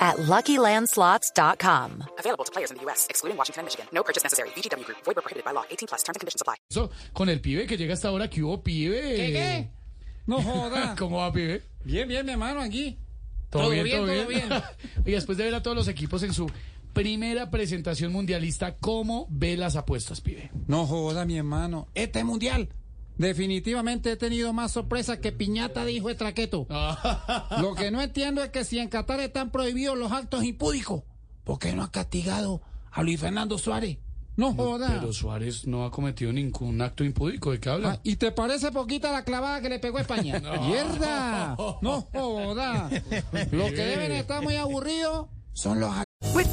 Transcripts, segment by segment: at LuckyLandSlots.com. Available to players in the U.S., excluding Washington and Michigan. No purchase necessary. VGW Group. Void where prohibited by law. 18 plus. Terms and conditions apply. Eso, con el pibe que llega hasta ahora, que hubo pibe? ¿Qué, qué? No joda. ¿Cómo va, pibe? Bien, bien, mi hermano, aquí. ¿Todo, Todo bien, todo bien. y después de ver a todos los equipos en su primera presentación mundialista, ¿cómo ve las apuestas, pibe? No joda, mi hermano. Este mundial. Definitivamente he tenido más sorpresas que piñata de hijo de traqueto. Lo que no entiendo es que si en Qatar están prohibidos los actos impúdicos, ¿por qué no ha castigado a Luis Fernando Suárez? No joda. Pero Suárez no ha cometido ningún acto impúdico. ¿De qué habla? Ah, ¿Y te parece poquita la clavada que le pegó a España? ¡Mierda! ¡No joda! Los que deben estar muy aburridos son los With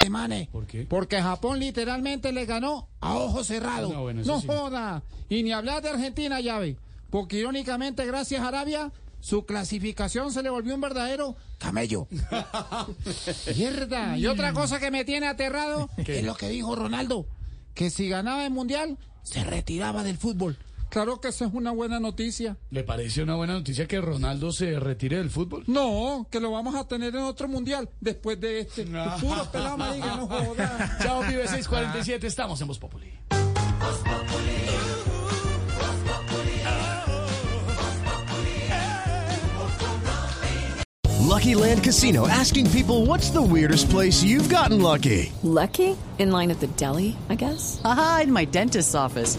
alemanes. ¿Por qué? Porque Japón literalmente le ganó a ojo cerrado. Ah, No, No, bueno, eso sí. joda. Y ni hablar de Argentina, llave. Porque irónicamente, gracias a Arabia, su clasificación se le volvió un verdadero camello. Eh, Mierda. Y mm. otra cosa que me tiene aterrado es lo que dijo Ronaldo. Que si ganaba el Mundial, se retiraba del fútbol. Claro que eso es una buena noticia. ¿Le parece una buena noticia que Ronaldo se retire del fútbol? No, que lo vamos a tener en otro mundial después de este. Puro pelado, marica, no joda. Ah. Chao, pibe 647. Estamos en Voz Populi. Lucky Land Casino asking people what's the weirdest place you've gotten lucky? Lucky? In line at the deli, I guess? Aha, in my dentist's office.